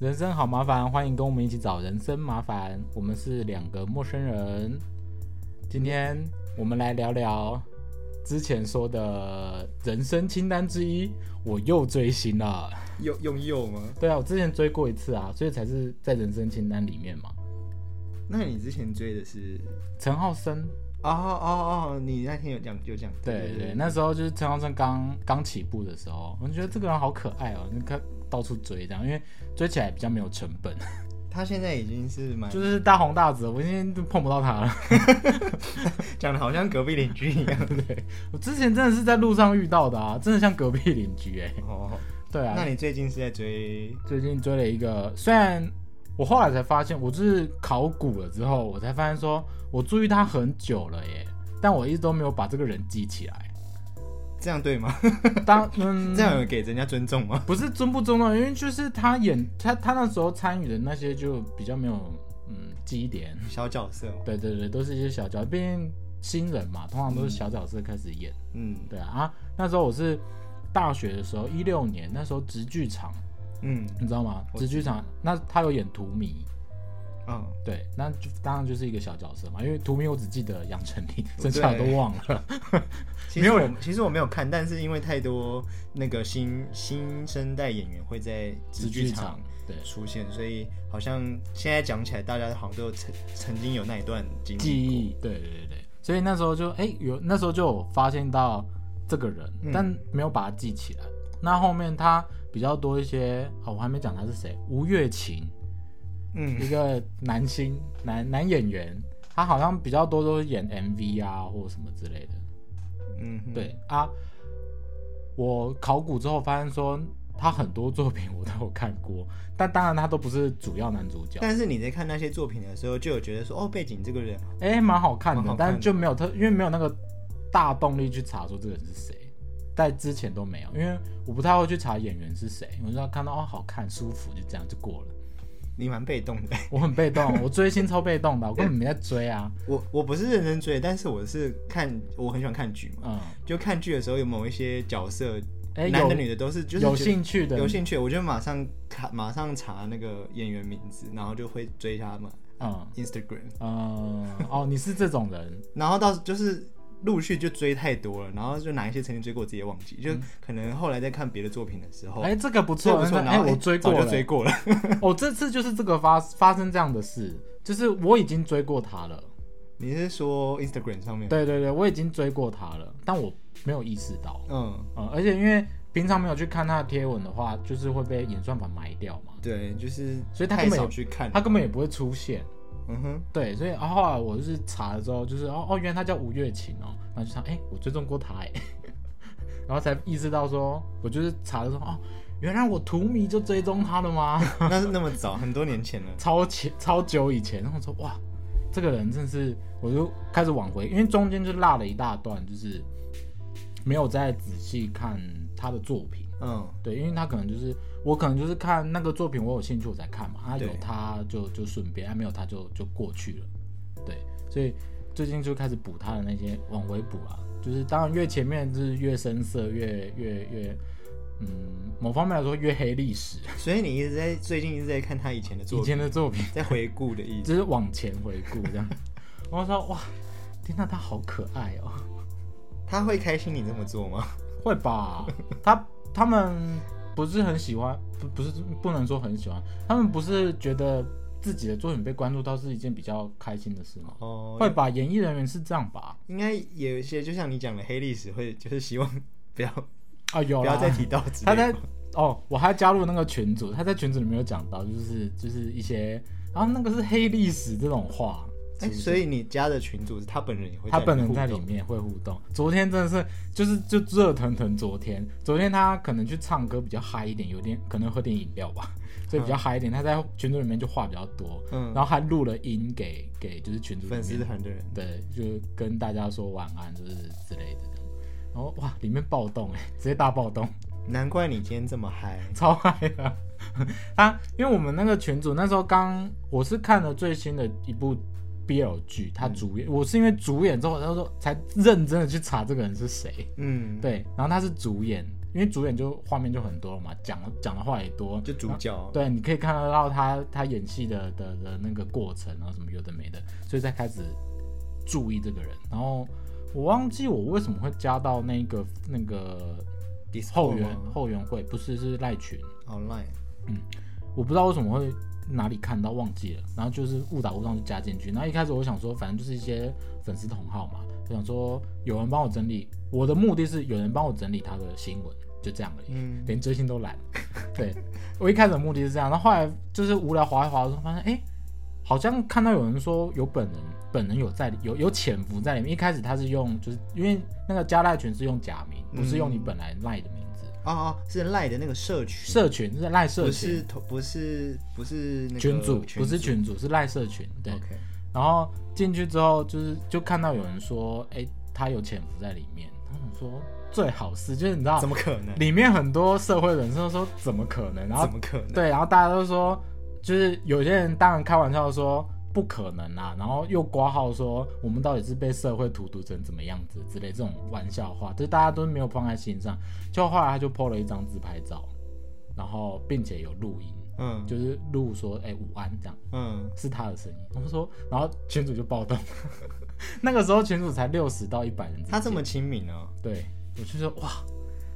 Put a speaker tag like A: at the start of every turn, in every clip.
A: 人生好麻烦，欢迎跟我们一起找人生麻烦。我们是两个陌生人，今天我们来聊聊之前说的人生清单之一，我又追星了。
B: 用用又吗？
A: 对啊，我之前追过一次啊，所以才是在人生清单里面嘛。
B: 那你之前追的是？
A: 陈浩生，
B: 哦哦哦，你那天有讲有讲，
A: 对对，那时候就是陈浩生刚刚起步的时候，我就觉得这个人好可爱哦，你看到处追这样，因为追起来比较没有成本，
B: 他现在已经是蛮，
A: 就
B: 就是
A: 大红大紫，我今天就碰不到他了。
B: 讲的好像隔壁邻居一 样。
A: 对我之前真的是在路上遇到的啊，真的像隔壁邻居哎、
B: 哦，
A: 对啊，
B: 那你最近是在追？
A: 最近追了一个，虽然我后来才发现，我就是考古了之后，我才发现说我注意他很久了耶，但我一直都没有把这个人记起 来。
B: 这样对吗？
A: 当嗯，
B: 这样有给人家尊重吗？
A: 不是尊不尊重，啊因为就是他演他他那时候参与的那些就比较没有嗯记忆点，
B: 小角色哦，
A: 对对对，都是一些小角，毕竟新人嘛，通常都是小角色开始演，
B: 嗯
A: 对啊啊，那时候我是大学的时候，一六年那时候直剧场，
B: 嗯
A: 你知道吗？
B: 我
A: 直剧场那他有演荼蘼，
B: 嗯，
A: 对，那就当然就是一个小角色嘛，因为荼蘼我只记得杨丞琳，剩
B: 对
A: 下的都忘了，
B: 其
A: 没
B: 实
A: 有
B: 我其实我没有看，但是因为太多那个新新生代演员会在
A: 直
B: 直
A: 剧
B: 剧
A: 场
B: 场
A: 对。
B: 出现，所以好像现在讲起来，大家好像都有曾曾经有那一段经历
A: 记忆，对对对对，所以那时候就哎、有那时候就有发现到这个人，
B: 嗯
A: 但没有把他记起来。那后面他比较多一些，哦，我还没讲他是谁，吴月琴，
B: 嗯
A: 一个男星男男演员，他好像比较多都是演 MV 啊或什么之类的。
B: 嗯哼，
A: 对啊，我考古之后发现说他很多作品我都有看过，但当然他都不是主要男主角。
B: 但是你在看那些作品的时候，就有觉得说，哦，背景这个人，
A: 哎、蛮好看的，
B: 蛮好看
A: 但
B: 的
A: 是就没有特，因为没有那个大动力去查说这个人是谁，在之前都没有，因为我不太会去查演员是谁，我就要看到哦好看舒服就这样就过了，
B: 你蛮被动的。
A: 我很被动，我追星超被动的，我根本没在追啊，
B: 我我不是认真追，但是我是看，我很喜欢看剧嘛。
A: 嗯，
B: 就看剧的时候，有某一些角色，
A: 哎、
B: 男的
A: 有
B: 女的都是，就是
A: 有
B: 觉得
A: 兴趣的
B: 有兴趣，我就马上看，马上查那个演员名字，然后就会追他们
A: 嗯
B: Instagram，
A: 嗯哦，你是这种人，
B: 然后到就是陆续就追太多了，然后就哪一些曾经追过自己也忘记，就可能后来在看别的作品的时候，
A: 嗯哎、这个不
B: 哦这
A: 错，
B: 不错，
A: 那个
B: 然
A: 哎、
B: 后
A: 我追
B: 早
A: 过了
B: 就，追过了，
A: 我、哦这次就是这个发发生这样的事，就是我已经追过他了。
B: 你是说 Instagram 上面？，
A: 对对对，我已经追过他了，但我没有意识到。
B: 嗯。
A: 嗯，而且因为平常没有去看他的贴文的话，就是会被演算法埋掉嘛，
B: 对，就是
A: 所以他
B: 太
A: 根本也
B: 少去看，
A: 他根本也不会出现。
B: 嗯哼，
A: 对，所以、啊、后来我就是查了之后，就是哦哦，原来他叫吴月琴哦，然后就想，哎、我追踪过他哎， 然后才意识到说，我就是查了说，哦，原来我荼蘼就追踪他了吗？
B: 那是那么早，很多年前了。
A: 超前超久以前，然后说哇，这个人真是，我就开始往回，因为中间就落了一大段，就是没有再仔细看他的作品。
B: 嗯，
A: 对，因为他可能就是我可能就是看那个作品，我有兴趣我才看嘛，啊有
B: 对
A: 他就就顺便，啊没有他就就过去了，对，所以最近就开始补他的那些往回补啊，就是当然越前面就是越深色，越越越，嗯，某方面来说越黑历史，
B: 所以你一直在最近一直在看他以前的作
A: 以
B: 品，
A: 前的作品，
B: 在回顾的意思。
A: 只是往前回顾 这样，然后说哇，天呐，他好可爱哦，
B: 他会开心你这么做吗？
A: 会吧？他他们不是很喜欢，不不是不能说很喜欢，他们不是觉得自己的作品被关注到是一件比较开心的事吗？
B: 哦，
A: 会吧？演艺人员是这样吧？
B: 应该有一些，就像你讲的黑历史，会就是希望不要
A: 啊， 有
B: 不
A: 啦
B: 要再提到之
A: 他
B: 类
A: 在
B: 的。
A: 哦，我还加入那个群组，他在群组里面有讲到，就是就是一些，然、后那个是黑历史这种话。
B: 哎，
A: 出现
B: 所以你加的群主，他本人也会
A: 他
B: 在
A: 本
B: 里面
A: 人
B: 互
A: 在里
B: 动
A: 面会互动。昨天真的是就是就热腾腾，昨天昨天他可能去唱歌比较嗨一点，有点可能喝点饮料吧，所以比较嗨一点。他在群组里面就话比较多，
B: 嗯
A: 然后还录了音给给就是群组里面
B: 粉丝很多人。
A: 对，就跟大家说晚安就是之类的这样。然后哇，里面暴动哎、直接大暴动，
B: 难怪你今天这么嗨。
A: 超嗨的。他因为我们那个群组那时候刚，我是看了最新的一部 BL 剧，
B: 嗯
A: 他主演，我是因为主演之后，然后说才认真的去查这个人是谁。
B: 嗯，
A: 对，然后他是主演，因为主演就画面就很多了嘛，讲讲的话也多，
B: 就主角、
A: 对，你可以看得到他他演戏的的的那个过程，然后什么有的没的，所以才开始注意这个人。然后我忘记我为什么会加到那个那个
B: Discord
A: 后援
B: 吗哦
A: 后援会，不是是赖群，
B: online，
A: 我不知道为什么会哪里看到忘记了，然后就是误打误撞就加进去。然后一开始我想说，反正就是一些粉丝同号嘛，我想说有人帮我整理，我的目的是有人帮我整理他的新闻，就这样而已，
B: 嗯
A: 连追星都 懒。对我一开始的目的是这样，然后后来就是无聊划一划的时候，发现哎、诶好像看到有人说有本人，本人有在有有潜伏在里面。一开始他是用就是因为那个加赖群是用假名，不是用
B: 嗯
A: 你本来赖的名字。
B: 哦哦，是赖的那个社群，
A: 社群是赖社
B: 不
A: 群，
B: 是同不是不是那个
A: 群主
B: 群
A: 不是群主，是赖社群。对，
B: ，OK，
A: 然后进去之后，就是就看到有人说，哎、他有潜伏在里面。他想说最好是，就是你知道
B: 怎，么可能？
A: 里面很多社会人士都说怎么可能？然后
B: 怎么可能？
A: 对，然后大家都说，就是有些人当然开玩笑说不可能啦、然后又挂号说我们到底是被社会荼毒成怎么样子之类这种玩笑话，就是大家都没有放在心上。就后来他就 PO 了一张自拍照，然后并且有录音，
B: 嗯
A: 就是录说，哎、午安这样。
B: 嗯，
A: 是他的声音。我们说，然后群主就暴动， 那个时候群主才六十到一百人之间，
B: 他这么亲民哦，
A: 对，我就说哇，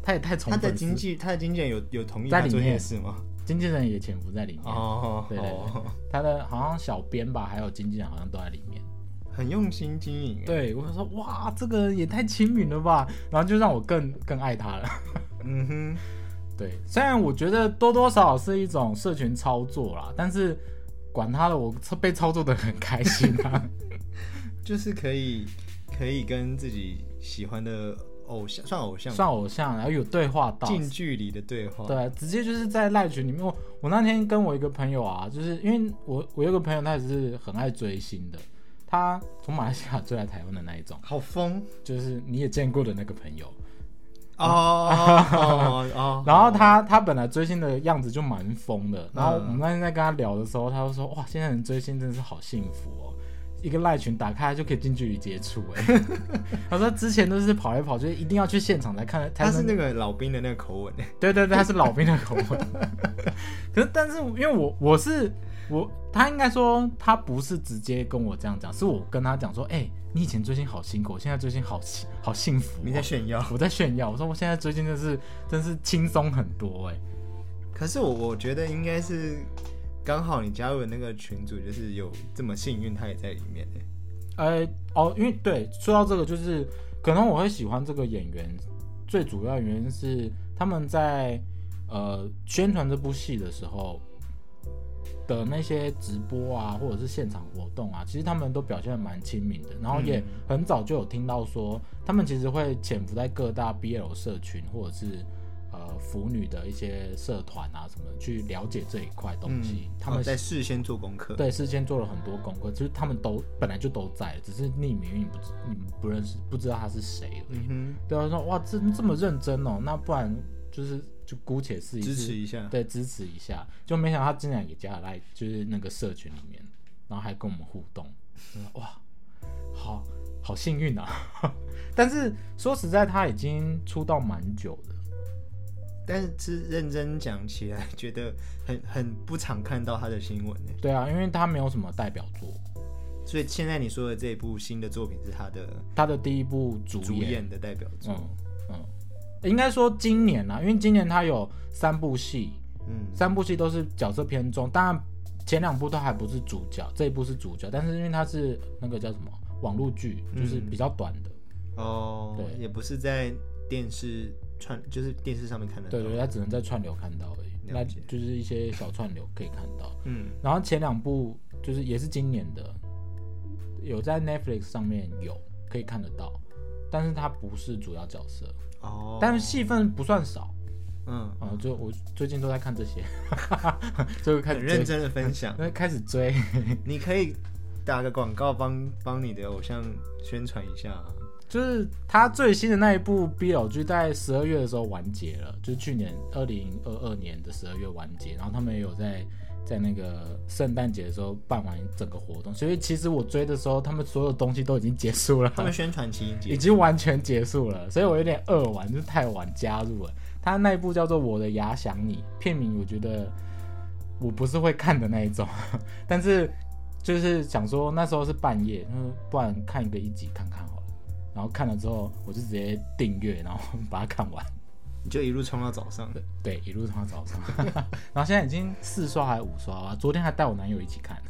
A: 他也太宠
B: 他的
A: 粉丝
B: 经纪他的经纪人有有同意
A: 在
B: 他
A: 里
B: 做这件
A: 面
B: 事吗？
A: 经纪人也潜伏在里面，
B: 哦，
A: 对对对
B: 哦
A: 他的好像小编吧，还有经纪人好像都在里面。
B: 很用心经营欸耶，
A: 对，我就说哇，这个人也太亲民了吧，然后就让我更更爱他了。
B: 嗯哼，
A: 对，虽然我觉得多多少少是一种社群操作啦，但是管他的，我被操作的很开心 啊。
B: 就是可以可以跟自己喜欢的偶像算偶像吧
A: 算偶像，然后有对话到，
B: 近距离的对话，
A: 对，直接就是在赖群里面。我我那天跟我一个朋友啊，就是因为我我有个朋友，他也是很爱追星的，他从马来西亚追来台湾的那一种，
B: 好疯
A: 就是你也见过的那个朋友。，
B: 哦哦哦
A: 嗯 然后他他本来追星的样子就蛮疯的，然后
B: 嗯
A: 我们那天在跟他聊的时候，他就说：“哇，现在人追星真的是好幸福哦。”一个赖群打开就可以近距离接触，哎， 他说之前都是跑来跑去，一定要去现场才看，才
B: 他
A: 能
B: 是那个老兵的那个口吻，欸
A: 对对对，他是老兵的口 吻。可是，但是因为我我是我，他应该说他不是直接跟我这样讲，是我跟他讲说，哎、你以前追星好辛苦，我现在追星好幸好幸福、
B: 你在炫耀。
A: 我在炫耀，我说我现在追星真是真是轻松很多哎、
B: 可是我我觉得应该是刚好你加入的那个群组，就是有这么幸运，他也在里面耶。
A: 呃，哦，因为对，说到这个，就是可能我会喜欢这个演员，最主要原因是他们在呃宣传这部戏的时候的那些直播啊，或者是现场活动啊，其实他们都表现的蛮亲民的，然后也
B: 嗯
A: 很早就有听到说，他们其实会潜伏在各大 BL 社群或者是。呃，腐女的一些社团啊，什么的去了解这一块东西，他们
B: 哦在事先做功课。，
A: 对，事先做了很多功课，就是他们都本来就都在，只是匿名，因为你不知你们不认识，不知道他是谁而已。
B: 嗯
A: 对啊，说哇，这这么认真哦，那不然就是就姑且试
B: 哼，
A: 一
B: 支持
A: 试，
B: 一下。
A: 对，支持一下。就没想到他竟然也加了来，就是那个社群里面，然后还跟我们互动，真的哇，好好幸运啊！ 但是说实在，他已经出道蛮久的，
B: 但是认真讲起来，觉得很很不常看到他的新闻耶
A: 对啊，因为他没有什么代表作，
B: 所以现在你说的这一部新的作品是他的
A: 他的第一部主
B: 主
A: 演
B: 演的代表作。
A: 嗯，嗯，应该说今年啊啦，因为今年他有三部戏，
B: 嗯
A: 三部戏都是角色偏重，当然前两部都还不是主角，这一部是主角，但是因为它是那个叫什么网络剧，就是比较短的，
B: 哦，
A: 对
B: 也不是在电视串，就是电视上面看得到。
A: 对对，它只能在串流看到而已，那
B: 了解
A: 就是一些小串流可以看到。
B: 嗯，
A: 然后前两部就是也是今年的，有在 Netflix 上面有可以看得到，但是它不是主要角色，
B: 哦，
A: 但是戏份不算少。
B: 嗯，
A: 啊，就我最近都在看这些，就开始
B: 很
A: 追
B: 认，真啊的分享。
A: 那开始追。
B: 你可以打个广告帮帮你的偶像宣传一下啊、
A: 就是他最新的那一部 BL 剧，在十二月的时候完结了，就是去年二零二二年的十二月完结。然后他们也有在在那个圣诞节的时候办完整个活动，所以其实我追的时候，他们所有东西都已经结束了
B: 他，们宣传期已
A: 已
B: 经
A: 经完全结束了，所以我有点扼腕，就是太晚加入了。他那一部叫做《我的牙想你》，片名我觉得我不是会看的那一种， 但是就是想说那时候是半夜，嗯，不然看一个一集看看好了。然后看了之后，我就直接订阅，然后 把它看完。
B: 你就一路冲到早上。
A: 对，一路从早上， 然后现在已经四刷还是五刷了。昨天还带我男友一起看，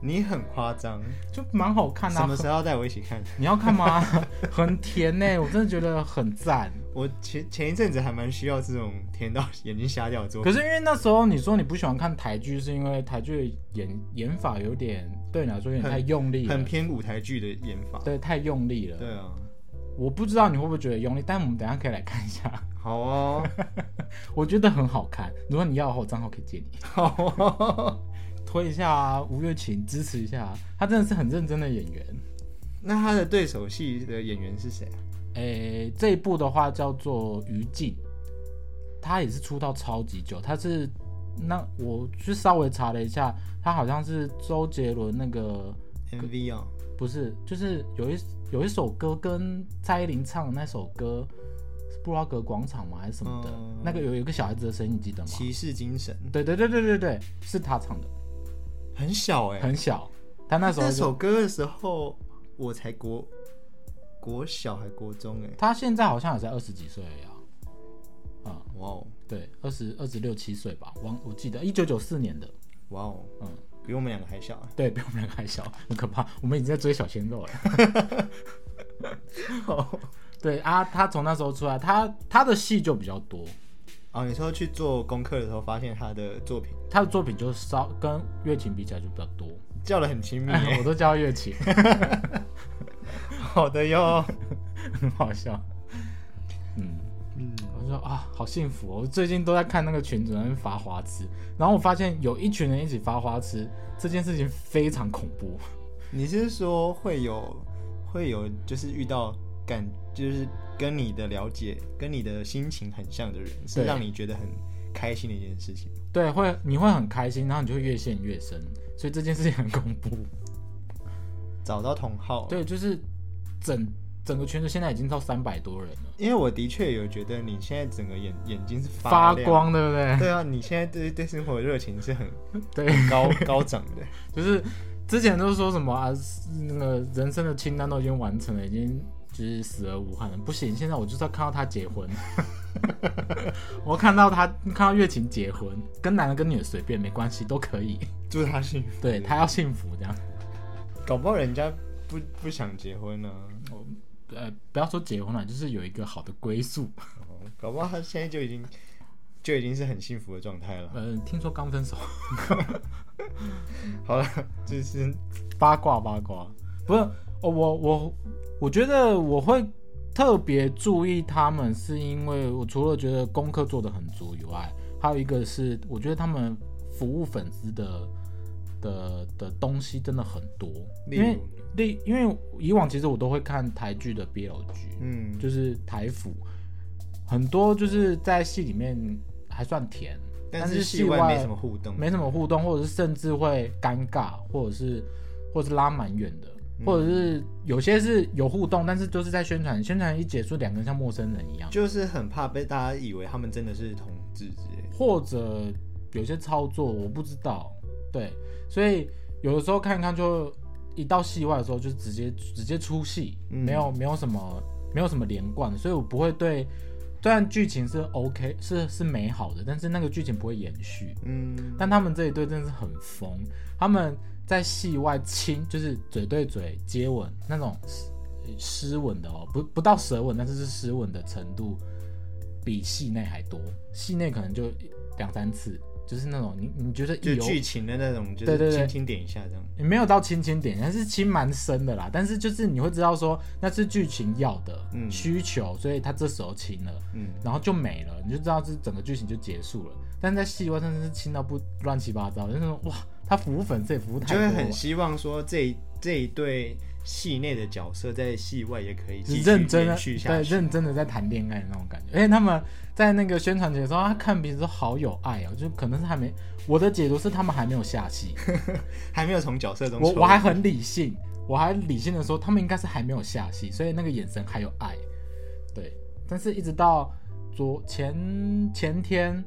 B: 你很夸张，
A: 就蛮好看的、
B: 什
A: 啊
B: 么。时候要带我一起看？
A: 你要看吗？ 很甜呢、我真的觉得很赞。
B: 我前前一阵子还蛮需要这种甜到眼睛瞎掉的作
A: 可
B: 品。
A: 是因为那时候你说你不喜欢看台剧，是因为台剧的演演法有点对你来说有点太用力了
B: 很，偏舞台剧的演法。
A: 对，太用力了。
B: 对啊，
A: 我不知道你会不会觉得用力，但我们等一下可以来看一下，
B: 好哦，
A: 我觉得很好看。如果你要的话，我账号可以借你。
B: 好哦。
A: 推一下啊，吴月琴支持一下啊，她真的是很认真的演员。
B: 那他的对手戏的演员是谁啊？
A: 诶、这一部的话叫做于静，她也是出道超级久，她是那我去稍微查了一下，她好像是周杰伦那个
B: MV 哦，
A: 不是，就是有一有一首歌跟蔡依林唱的那首歌是布拉格广场吗还是什么的？
B: 嗯
A: 那个有一个小孩子的声音，你记得吗？
B: 骑士精神，
A: 对对对对对对，是她唱的，
B: 很小哎、
A: 很小，她那时候
B: 那
A: 就
B: 首歌的时候，我才国国小还国中哎、
A: 她现在好像也才二十几岁而已啊。嗯，
B: 哇哦
A: 对，二十二十六七岁吧，我我记得一九九四年的。
B: 哇哦，
A: 嗯
B: 比我们两个还小啊。
A: 对，比我们两个还小，很可怕。我们已经在追小鲜肉了。
B: 哦，
A: 对啊，他从那时候出来，他他的戏就比较多，
B: 哦，你说去做功课的时候发现他的作品
A: 他的作品就稍跟月琴比起来就比较多。
B: 叫的很亲密、
A: 哎
B: 欸
A: 我，都叫他月琴，
B: 好的哟。
A: 很好笑。嗯，
B: 嗯，
A: 我就说啊，好幸福、哦！我最近都在看那个群主在那边发花痴，然后我发现有一群人一起发花痴，这件事情非常恐怖。
B: 你是说会有会有就是遇到感就是跟你的了解跟你的心情很像的人，是
A: 对
B: 让你觉得很开心的一件事情。
A: 对，会你会很开心，然后你就会越陷越深，所以这件事情很恐怖。
B: 找到同好，，
A: 对，就是整整个圈子现在已经到三百多人了。
B: 因为我的确有觉得你现在整个眼眼睛是
A: 发
B: 亮。
A: 光，对不对？
B: 对啊，你现在对对生活的热情是很
A: 对，
B: 高 高涨的。
A: 就是之前都说什么啊，是那个人生的清单都已经完成了，已经就是死而无憾了。不行，现在我就是要看到他结婚， 我看到他看到月琴结婚，跟男的跟女的随便没关系都可以，
B: 祝他幸福。
A: 对他要幸福这样。
B: 搞不好人家不不想结婚啊呢、
A: 呃，不要说结婚了，就是有一个好的归宿。
B: 哦搞不好他现在就已经就已经是很幸福的状态了。
A: 呃，听说刚分手，嗯
B: 好了，就是
A: 八卦八卦，不是哦，我我我觉得我会特别注意他们，是因为我除了觉得功课做得很足以外，还有一个是我觉得他们服务粉丝的的的东西真的很多，
B: 例
A: 因为
B: 如，
A: 例因为以往其实我都会看台剧的 BL 剧，
B: 嗯，
A: 就是台服，很多就是在戏里面还算甜，
B: 但
A: 但
B: 是戏
A: 戏
B: 外
A: 外
B: 没什么互动，
A: 没什么互动，或者是甚至会尴尬，或者是或者是拉蛮远的，或者是有些是有互动，但是就是在宣传，宣传一结束，两个人像陌生人一样，
B: 就是很怕被大家以为他们真的是同志之类的。
A: 或者有些操作我不知道，对，所以有的时候看一看就一到戏外的时候就直接直接出戏，
B: 嗯
A: 没有没有什么没有什么连贯，所以我不会对。虽然剧情是 OK，是是美好的，但是那个剧情不会延续。
B: 嗯，
A: 但他们这一对真的是很疯，他们在戏外亲，就是嘴对嘴接吻那种湿湿吻的哦，不不到舌吻，但是是湿吻的程度，比戏内还多。戏内可能就两三次，就是那种你你觉得
B: 就
A: 有
B: 剧情的那种，就
A: 对对
B: 是
A: 对
B: 轻轻点一下这样。
A: 也没有到亲亲点，但是亲蛮深的啦。但是就是你会知道说那是剧情要的、
B: 嗯
A: 需求，所以他这时候亲了。
B: 嗯，
A: 然后就没了，你就知道这整个剧情就结束了。但在戏外真的是亲到不乱七八糟，就是说哇，他服务粉丝也服务
B: 就
A: 太
B: 会
A: 多了
B: 很，希望说这一这一对戏内的角色在戏外也可以
A: 就
B: 继
A: 是
B: 续
A: 认真的
B: 延续下
A: 对
B: 去。
A: 认真的在谈恋爱的那种感觉。而且他们在那个宣传节的时候，他看彼此都好有爱哦，就可能是还没我的解读是他们还没有下戏，
B: 还没有从角色中抽
A: 我
B: 离，
A: 我还很理性，我还理性的说他们应该是还没有下戏，所以那个眼神还有爱，对。但是一直到昨前前天，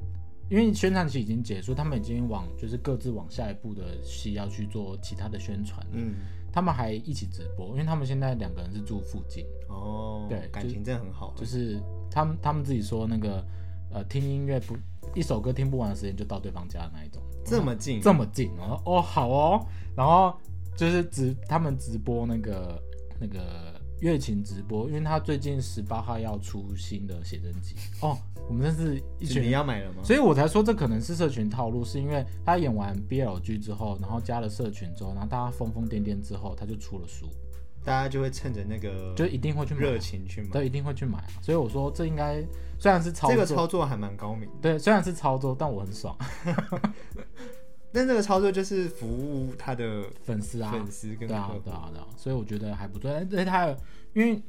A: 因为宣传期已经结束，他们已经往就是各自往下一步的戏要去做其他的宣传，
B: 嗯，
A: 他们还一起直播，因为他们现在两个人是住附近，
B: 哦，
A: 对
B: 感
A: 就
B: 情真的很好欸，
A: 就是他们他们自己说那个呃听音乐不一首歌听不完的时间就到对方家的那一种，
B: 这么近，
A: 这么近，然后哦好哦，然后就是直他们直播那个那个乐琴直播，因为他最近十八号要出新的写真集哦，我们真是一
B: 是
A: 群
B: 你
A: 人。
B: 要买了吗？
A: 所以我才说这可能是社群套路，是因为他演完 BL 剧之后，然后加了社群之后，然后大家疯疯癫癫之后，他就出了书，
B: 大家就会趁着那个
A: 就一定会去买啊，
B: 嗯热情去买，
A: 对，一定会去买啊。所以我说这应该虽然是操
B: 这
A: 作，
B: 个操作还蛮高明的。
A: 对，虽然是操作，但我很爽，
B: 但这个操作就是服务他的
A: 粉丝啊，
B: 粉丝跟
A: 对
B: 客
A: 啊
B: 户，，
A: 对啊，对啊，所以我觉得还不错。而且他有因为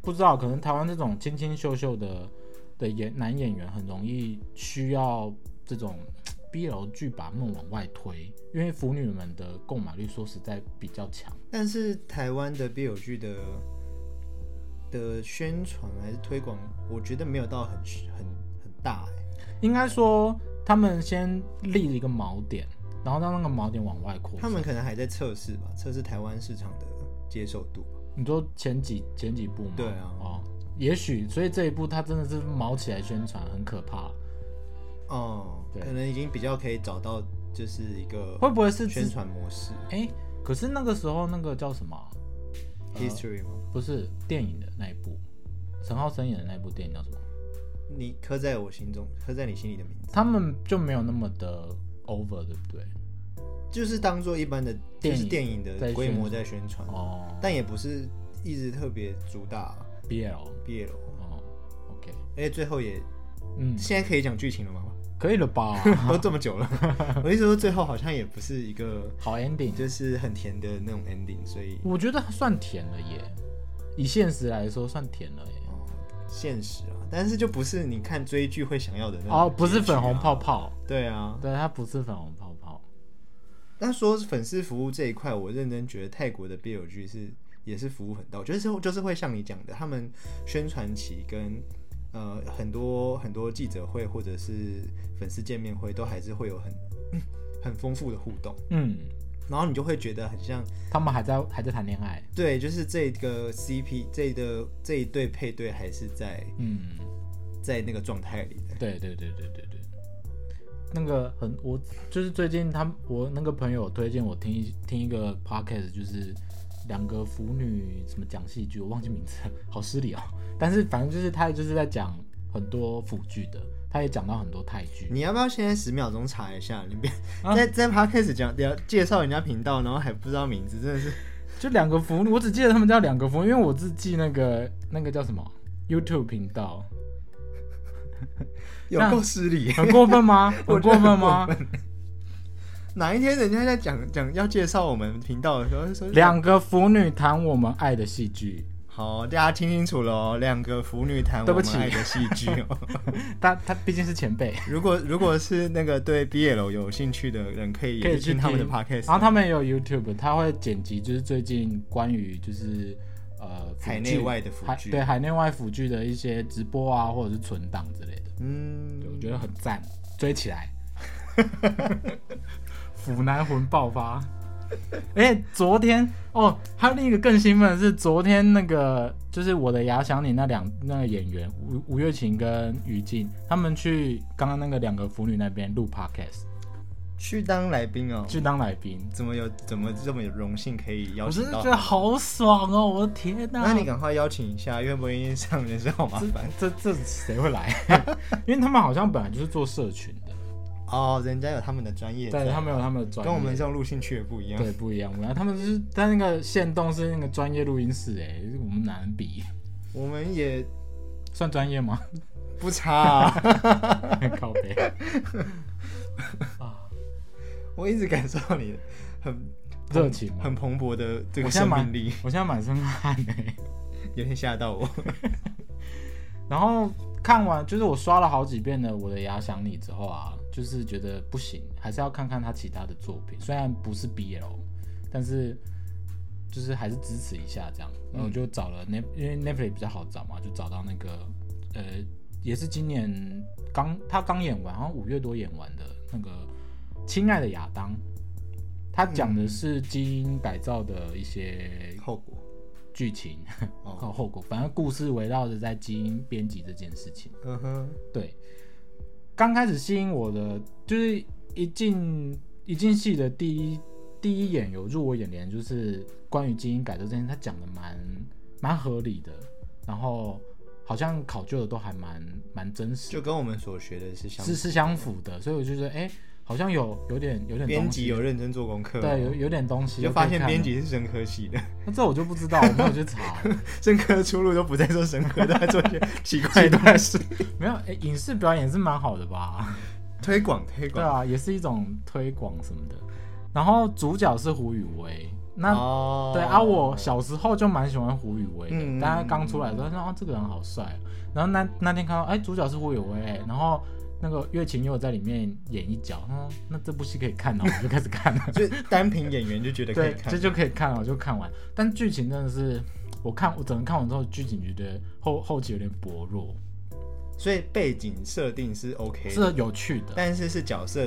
A: 不知道，可能台湾这种清清秀秀的的演男演员很容易需要这种 BL 剧把梦往外推，因为腐女们的购买率说实在比较强。
B: 但是台湾的 BL 剧的的宣传还是推广，我觉得没有到很很很大哎、
A: 应该说，他们先立了一个锚点，然后让那个锚点往外扩。
B: 他们可能还在测试吧，测试台湾市场的接受度吧。
A: 你说前几前几部吗？
B: 对啊
A: 哦，也许，所以这一部他真的是毛起来宣传，很可怕。
B: 哦，
A: 对
B: 可能已经比较可以找到就是一个
A: 会不会是
B: 呃宣
A: 之？
B: 传模式
A: 哎、可是那个时候那个叫什么啊？呃
B: history 吗？
A: 不是电影的那一部，陈浩森演的那一部电影叫什么？
B: 你刻在我心中，刻在你心里的名字，
A: 他们就没有那么的 over，对不对？
B: 就是当做一般的
A: 电
B: 就是
A: 影
B: 电影
A: 在
B: 的规模
A: 宣传
B: 在宣传，
A: 哦
B: 但也不是一直特别主打
A: ，BL 哦
B: BL，
A: ，OK，
B: 而且最后也
A: 嗯，啊
B: 现在可以讲剧情了吗？
A: 可以了吧？
B: 都这么久了， 我的意思说最后好像也不是一个
A: 好 ending，
B: 就是很甜的那种 ending，所以
A: 我觉得算甜了耶，以现实来说算甜了耶。
B: 哦，现实啊，但是就不是你看追剧会想要的那种
A: 哦，不是
B: 结局啊
A: 粉红泡，泡，
B: 对啊。
A: 对，它不是粉红泡泡。
B: 但说粉丝服务这一块，我认真觉得泰国的 BL 剧是也是服务很到，就是就是会像你讲的，他们宣传期跟呃很多很多记者会或者是粉丝见面会都还是会有很很丰富的互动，
A: 嗯，
B: 然后你就会觉得很像
A: 他们还在还在谈恋爱。
B: 对，就是这个 CP 这个这一对配对还是在
A: 嗯，
B: 在那个状态里的。
A: 对对对对对对。那个很，我就是最近他我那个朋友推荐我听一听一个 podcast，就是两个腐女什么讲戏剧，我忘记名字了，好失礼哦。 但是反正就是他就是在讲很多腐剧的，他也讲到很多泰剧。
B: 你要不要现在十秒钟查一下？你别、
A: 啊
B: 在在 podcast 讲聊介绍人家频道，然后还不知道名字，真的是
A: 就两个服，我只记得他们叫两个服，因为我只记那个那个叫什么 YouTube 频 道，
B: 有
A: 那
B: 够失礼。
A: 很过分吗？很过分吗
B: 我觉得很过？哪一天人家在讲讲要介绍我们频道的时候，就说
A: 两个腐女谈我们爱的戏剧，
B: 好，大家听清楚了哦，两个腐女谈
A: 对
B: 我
A: 不
B: 们
A: 起
B: 爱的戏剧 哦。
A: 他他毕竟是前辈，
B: 如果如果是那个对 BL 有兴趣的人，可以
A: 可以去
B: 听他们的
A: 听
B: podcast，
A: 然后他们也有 YouTube，他会剪辑，就是最近关于就是呃腐
B: 海
A: 剧
B: 内外的腐
A: 海
B: 剧
A: 对海内外腐剧的一些直播啊，或者是存档之类的，
B: 嗯
A: 对，我觉得很赞，追起来， 腐男魂爆 发。而且昨天哦，还有另一个更兴奋的是，昨天那个就是我的牙想你那两那个演员吴吴月琴跟于静，他们去刚刚那个两个腐女那边录 podcast
B: 去当来宾哦，
A: 去当来宾，
B: 怎么有怎么这么有荣幸可以邀
A: 我真
B: 请
A: 的
B: 到
A: 觉？得好爽哦！我的天哪，
B: 那你赶快邀请一下，愿不愿意上人生好麻烦？
A: 这这谁会来？ 因为他们好像本来就是做社群的，
B: 哦，人家有他们的专业在，
A: 对他们有他们的专业，
B: 啊跟我们这种路线去的不一样。
A: 对，不一样。然后他们就是他那个线动是那个专业录音室、哎，我们哪能比？
B: 我们也
A: 算专业吗？
B: 不差、啊。
A: 靠背。啊，
B: 我一直感受到你很
A: 热情吗
B: 很蓬勃的这
A: 我
B: 个
A: 现在
B: 生
A: 满
B: 命力，，
A: 我现在满身汗哎、
B: 有点吓到 我。
A: 然后看完就是我刷了好几遍的《我的牙想你》之后啊，就是觉得不行，还是要看看他其他的作品，虽然不是 BL，但是就是还是支持一下这样。然后我就找了 Net，、因为 Netflix 比较好找嘛，就找到那个呃也是今年刚他刚演完，好像五月多演完的那个《亲爱的亚当》，他讲的是基因改造的一些
B: 后果
A: 剧情和
B: 哦，
A: 后果，反正故事围绕着在基因编辑这件事情。
B: 嗯哼，
A: 对，刚开始吸引我的就是一进一进戏的第一第一眼有入我眼帘，就是关于基因改造这件事，他讲的蛮蛮合理的，然后好像考究的都还蛮蛮真实，
B: 就跟我们所学的是相
A: 是是相符的，所以我就觉得哎、诶好像有有点有点
B: 编
A: 东
B: 辑
A: 西，
B: 有认真做功课哦，
A: 对，有有点东西，
B: 你就发现
A: 可以看啊
B: 编
A: 了，
B: 辑是生科系的，
A: 那这我就不知道，我没有去查。
B: 生科出路都不在做生科，都在做一些 奇怪的 东西，
A: 没有，哎、影视表演也是蛮好的吧？
B: 推广推
A: 对
B: 广。
A: 啊，也是一种推广什么的。然后主角是胡宇威，那、
B: 哦
A: 对啊，我小时候就蛮喜欢胡宇威
B: 嗯
A: 的，大家刚出来的时候，说啊这个人好帅啊。然后那那天看到，哎，主角是胡宇威，然后那个岳晴又在里面演一角，嗯，那这部戏可以 看了，哦我就开始看了。
B: 就单凭演员就觉得可以
A: 对，
B: 看，
A: 这就可以看了，我就看完。但剧情真的是，我看我整个看完之后，剧情觉得后后期有点薄弱，
B: 所以背景设定是 OK，的
A: 是有趣的，
B: 但是是角色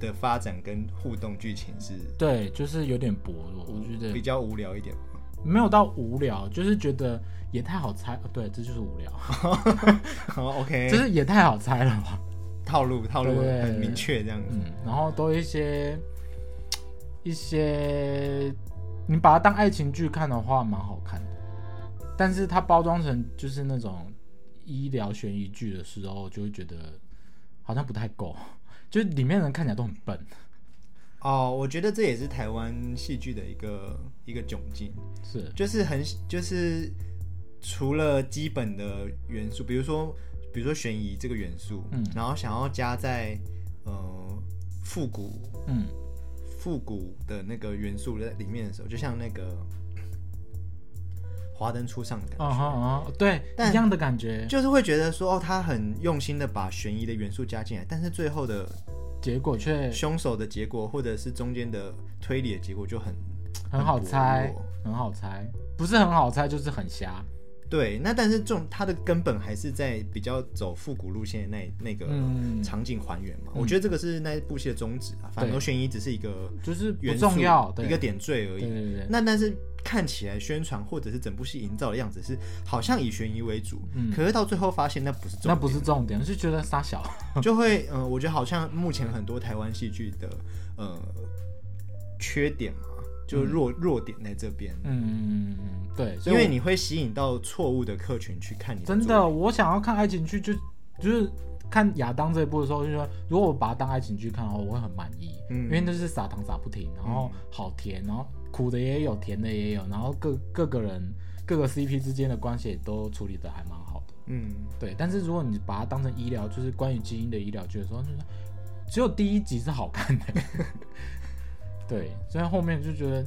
B: 的发展跟互动剧情是
A: 对，就是有点薄弱，我觉得
B: 比较无聊一点。
A: 没有到无聊，就是觉得也太好猜，哦对，这就是无 聊，
B: 好，OK，哦
A: 就是也太好猜了吧。
B: 套路套路
A: 对对对
B: 很明确这样子。
A: 嗯，然后都一些一些，你把它当爱情剧看的话，蛮好看的。但是它包装成就是那种医疗悬疑剧的时候，就会觉得好像不太够，就是里面人看起来都很笨，
B: 哦，我觉得这也是台湾戏剧的一个一个窘境，
A: 是
B: 就是很就是除了基本的元素，比如说比如说悬疑这个元素，
A: 嗯
B: 然后想要加在呃复古
A: 嗯，
B: 复古的那个元素在里面的时候，就像那个华灯初上的感觉。
A: 哦哦哦，对，
B: 但
A: 一样的感觉，
B: 就是会觉得说，哦，他很用心的把悬疑的元素加进来，但是最后的
A: 结果却
B: 凶手的结果，或者是中间的推理的结果就很
A: 很好猜
B: 薄弱，
A: 很好猜，不是很好猜就是很瞎，
B: 对。那但是这种它的根本还是在比较走复古路线的那那个
A: 嗯，
B: 场景还原嘛。
A: 嗯
B: 我觉得这个是那部戏的宗旨啊，反
A: 对
B: 而悬疑只是一个
A: 就是不
B: 元素
A: 重要，对
B: 一个点缀
A: 对
B: 而已。
A: 对对，
B: 那但是看起来宣传或者是整部戏营造的样子是好像以悬疑为主，
A: 嗯
B: 可是到最后发现那不是重
A: 那
B: 点，
A: 不是重点，是觉得傻 小。
B: 就会嗯、呃我觉得好像目前很多台湾戏剧的呃缺点嘛，就弱、弱点在这边，
A: 嗯，对，所
B: 因
A: 以
B: 为
A: 我
B: 你会吸引到错误的客群去看你
A: 真
B: 作
A: 的，我想要看爱情剧就，就是看亚当这一部的时候，就说如果我把它当爱情剧看的话，我会很满意，
B: 嗯
A: 因为那就是撒糖撒不停，然后好甜，然后苦的也有，甜的也有，然后各各个人各个 CP 之间的关系也都处理的还蛮好的。
B: 嗯，
A: 对，但是如果你把它当成医疗，就是关于基因的医疗剧的时候，就是只有第一集是好看的， 对，所以后面就觉得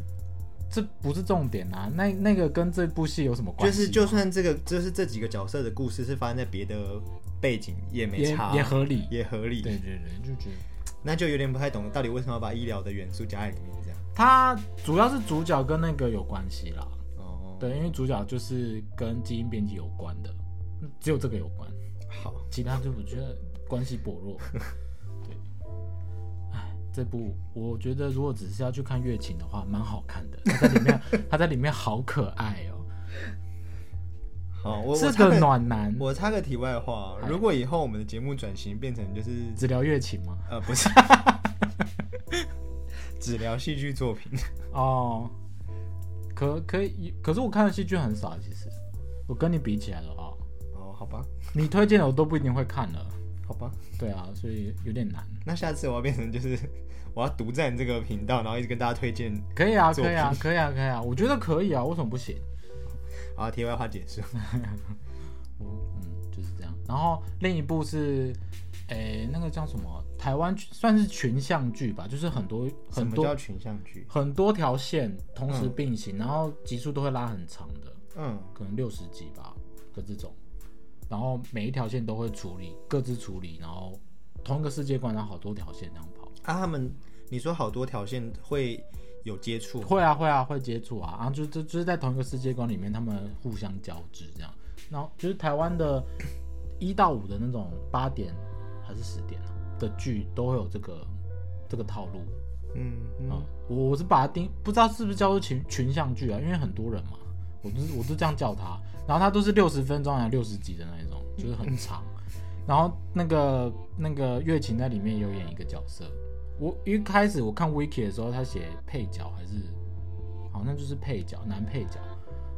A: 这不是重点啊，那那个跟这部戏有什么关
B: 就
A: 系？啊
B: 是就算这个就是这几个角色的故事是发生在别的背景也没
A: 也
B: 差，
A: 也合理，
B: 也合理，
A: 对对对，就觉得
B: 那就有点不太懂到底为什么要把医疗的元素加在里面这样
A: 它主要是主角跟那个有关系啦，
B: 哦，
A: 对，因为主角就是跟基因编辑有关的，只有这个有关，
B: 好。
A: 其他就我觉得关系薄 弱。对，哎，这部我觉得如果只是要去看月琴的话，蛮好看的。他在里 面，他在里面好可爱哦、
B: 好，我我
A: 是
B: 插
A: 个暖哎男。
B: 我插个题外话，如果以后我们的节目转型变成就是
A: 只聊月琴吗？
B: 呃不是， 只聊戏剧作品，
A: 哦，可可以，可是我看的戏剧很少，其实我跟你比起来的话，
B: 哦好吧
A: 你推荐的我都不一定会看了。
B: 好吧，
A: 对啊，所以有点难。
B: 那下次我要变成就是我要独占这个频道，然后一直跟大家推荐。
A: 可以啊，
B: 作
A: 可
B: 品
A: 以啊，可以啊，可以啊，我觉得可以啊，为什么不行？
B: 好，啊题外话结束。
A: 我嗯，就是这样。然后另一部是，诶、那个叫什么？台湾算是群像剧吧，就是很多
B: 什
A: 很
B: 么叫嗯
A: 多
B: 群像剧？
A: 很多条线同时并行，然后集数都会拉很长的，
B: 嗯，
A: 可能六十集吧的这种。然后每一条线都会处理，各自处理，然后同一个世界观，然后好多条线这样跑。
B: 啊，他们你说好多条线会有接触，
A: 会啊，会啊，会接触啊，然后就就就是在同一个世界观里面，他们互相交织这样。然后就是台湾的一到五的那种八点还是十点啊的剧，都会有这个这个套路。
B: 嗯
A: 嗯
B: 嗯，，
A: 我我是把它定，不知道是不是叫做群群像剧啊，因为很多人嘛，我就是我就这样叫它，然后它都是六十分钟还是六十集的那一种，就是很 长。然后那个那个月琴在里面有演一个角色，我一开始我看 wiki 的时候，他写配角还是好像就是配角男配角，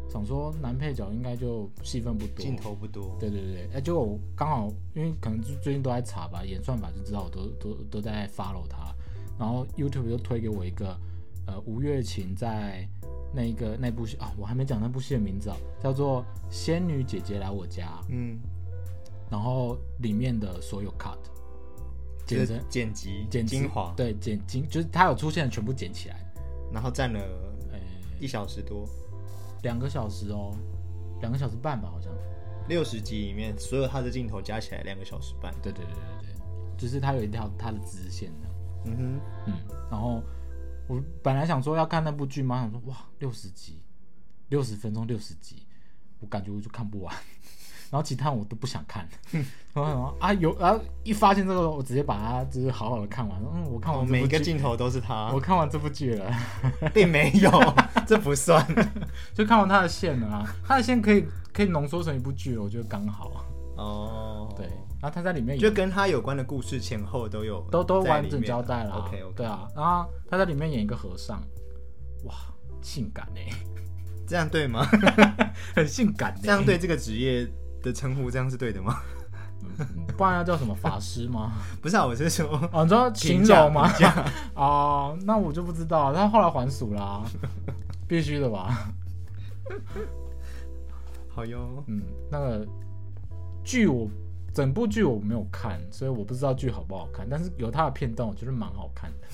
A: 想说男配角应该就戏份不多，
B: 镜头不多，
A: 对对对，哎、结果我刚好因为可能就最近都在查吧，演算法就知道我都都都在 follow 他，然后 YouTube 就推给我一个，呃，吴月琴在那一个那部戏啊，我还没讲那部戏的名字啊，叫做《仙女姐姐来我家》，
B: 嗯，
A: 然后里面的所有 cut 剪成
B: 就是剪辑
A: 剪
B: 精华，
A: 对剪精就是它有出现的全部剪起来，
B: 然后占了
A: 哎、
B: 一小时多，
A: 两个小时哦，两个小时半吧，好像。
B: 六十集里面所有他的镜头加起来两个小时半，
A: 对对对对对，就是它有一条它的支线这样。
B: 嗯
A: 嗯，然后我本来想说要看那部剧嘛，想说哇六十集，六十分钟六十集，我感觉我就看不完， 然后其他我都不想看， 然后想说啊有啊一发现这个我直接把它就是好好的看完，嗯我看
B: 哼，
A: 完这
B: 哦，
A: 部
B: 每一个啊
A: 剧
B: 镜头都是他
A: 我，看完这部剧了，
B: 并没有，这不算，
A: 就看完它的线了啊，它的线可以可以浓缩成一部剧了，我觉得刚好，
B: 哦，
A: 对，然后它在里面
B: 就跟他有关的故事前后都有
A: 都都
B: 在
A: 完
B: 里
A: 整
B: 面
A: 交代了。
B: OK OK，
A: 对啊，然后他在里面演一个和尚，哇，性感哎、
B: 这样对吗？
A: 很性感、欸，
B: 这样对这个职业的称呼，这样是对的吗？
A: 嗯，不然要叫什么法师吗？
B: 不是啊，我是说，
A: 哦，你知道形
B: 评价
A: 容吗？哦，那我就不知道，他后来还俗啦， 必须的吧？
B: 好哟，
A: 嗯，那个剧我整部剧我没有看，所以我不知道剧好不好看，但是有他的片段我觉得蛮好看的。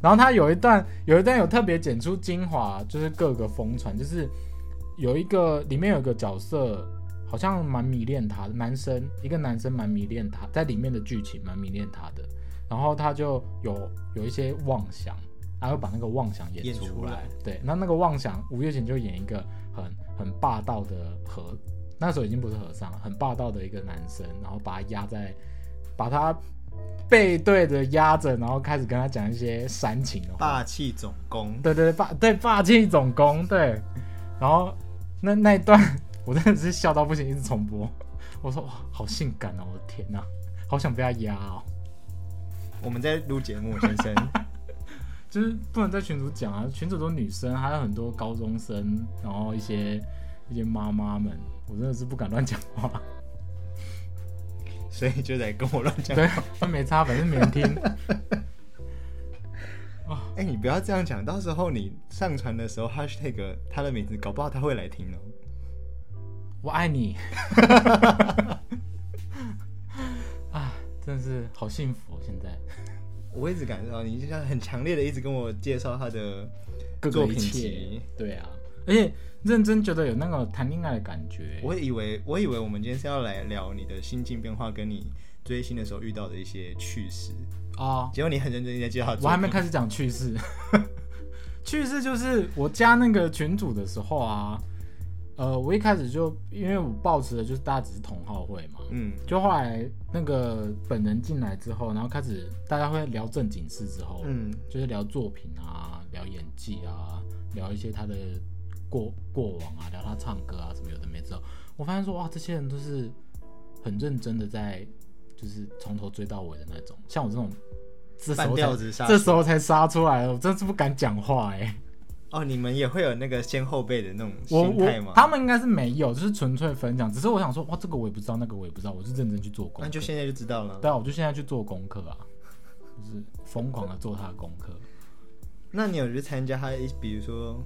A: 然后他有一段有一段有特别剪出精华，就是各个疯传，就是有一个里面有一个角色好像蛮迷恋他的男生，一个男生蛮迷恋他，在里面的剧情蛮迷恋他的，然后他就有有一些妄想，然后把那个妄想演
B: 演
A: 出来。
B: 出来
A: 对，那那个妄想，五月前就演一个很很霸道的和，那时候已经不是和尚了，很霸道的一个男生，然后把他压在，把他背对着压着，然后开始跟他讲一些煽情的话。
B: 霸气总攻，
A: 对对对，霸对霸气总攻对，然后那那一段我真的是笑到不行，一直重播。我说哇，好性感哦，我的天哪、好想被他压哦，
B: 我们在录节目，先 生，
A: 就是不能在群主讲啊，群主都女生，还有很多高中生，然后一些一些妈妈们，我真的是不敢乱讲话。
B: 所以就得跟我乱讲。
A: 对，那没差，反正没人听。
B: 哎、你不要这样讲，到时候你上传的时候，hashtag 他的名字，搞不好他会来听哦。
A: 我爱你。 啊，真的是好幸福哦，现在
B: 我一直感受到你就像很强烈的一直跟我介绍他的
A: 各
B: 作
A: 个
B: 品
A: 一
B: 集
A: 切，，对啊，而且认真觉得有那个谈恋爱的感觉。
B: 我以为我以为我们今天是要来聊你的心境变化，跟你追星的时候遇到的一些趣事，
A: 哦，
B: 结果你很认真地在介绍他的作品。
A: 我还没开始讲趣事。 趣事就是我加那个群主的时候啊，呃，我一开始就因为我抱持的就是大家只是同好会嘛，
B: 嗯，
A: 就后来那个本人进来之后，然后开始大家会聊正经事之后，
B: 嗯
A: 就是聊作品啊，聊演技啊，聊一些他的过过往啊，聊他唱歌啊什么有的没的之后。我发现说哇，这些人都是很认真的在，就是从头追到尾的那种。像我这种，这时
B: 半
A: 候
B: 吊
A: 才
B: 子杀
A: 这时候才杀出来，我真是不敢讲话哎、
B: 哦，你们也会有那个先后辈的那种
A: 我
B: 心态吗
A: 我？他们应该是没有，就是纯粹分享。只是我想说哇，这个我也不知道，那个我也不知道，我是认真去做功课。
B: 那就现在就知道了。
A: 对啊，我就现在去做功课啊，就是疯狂的做他的功课。
B: 那你有去参加他一，比如说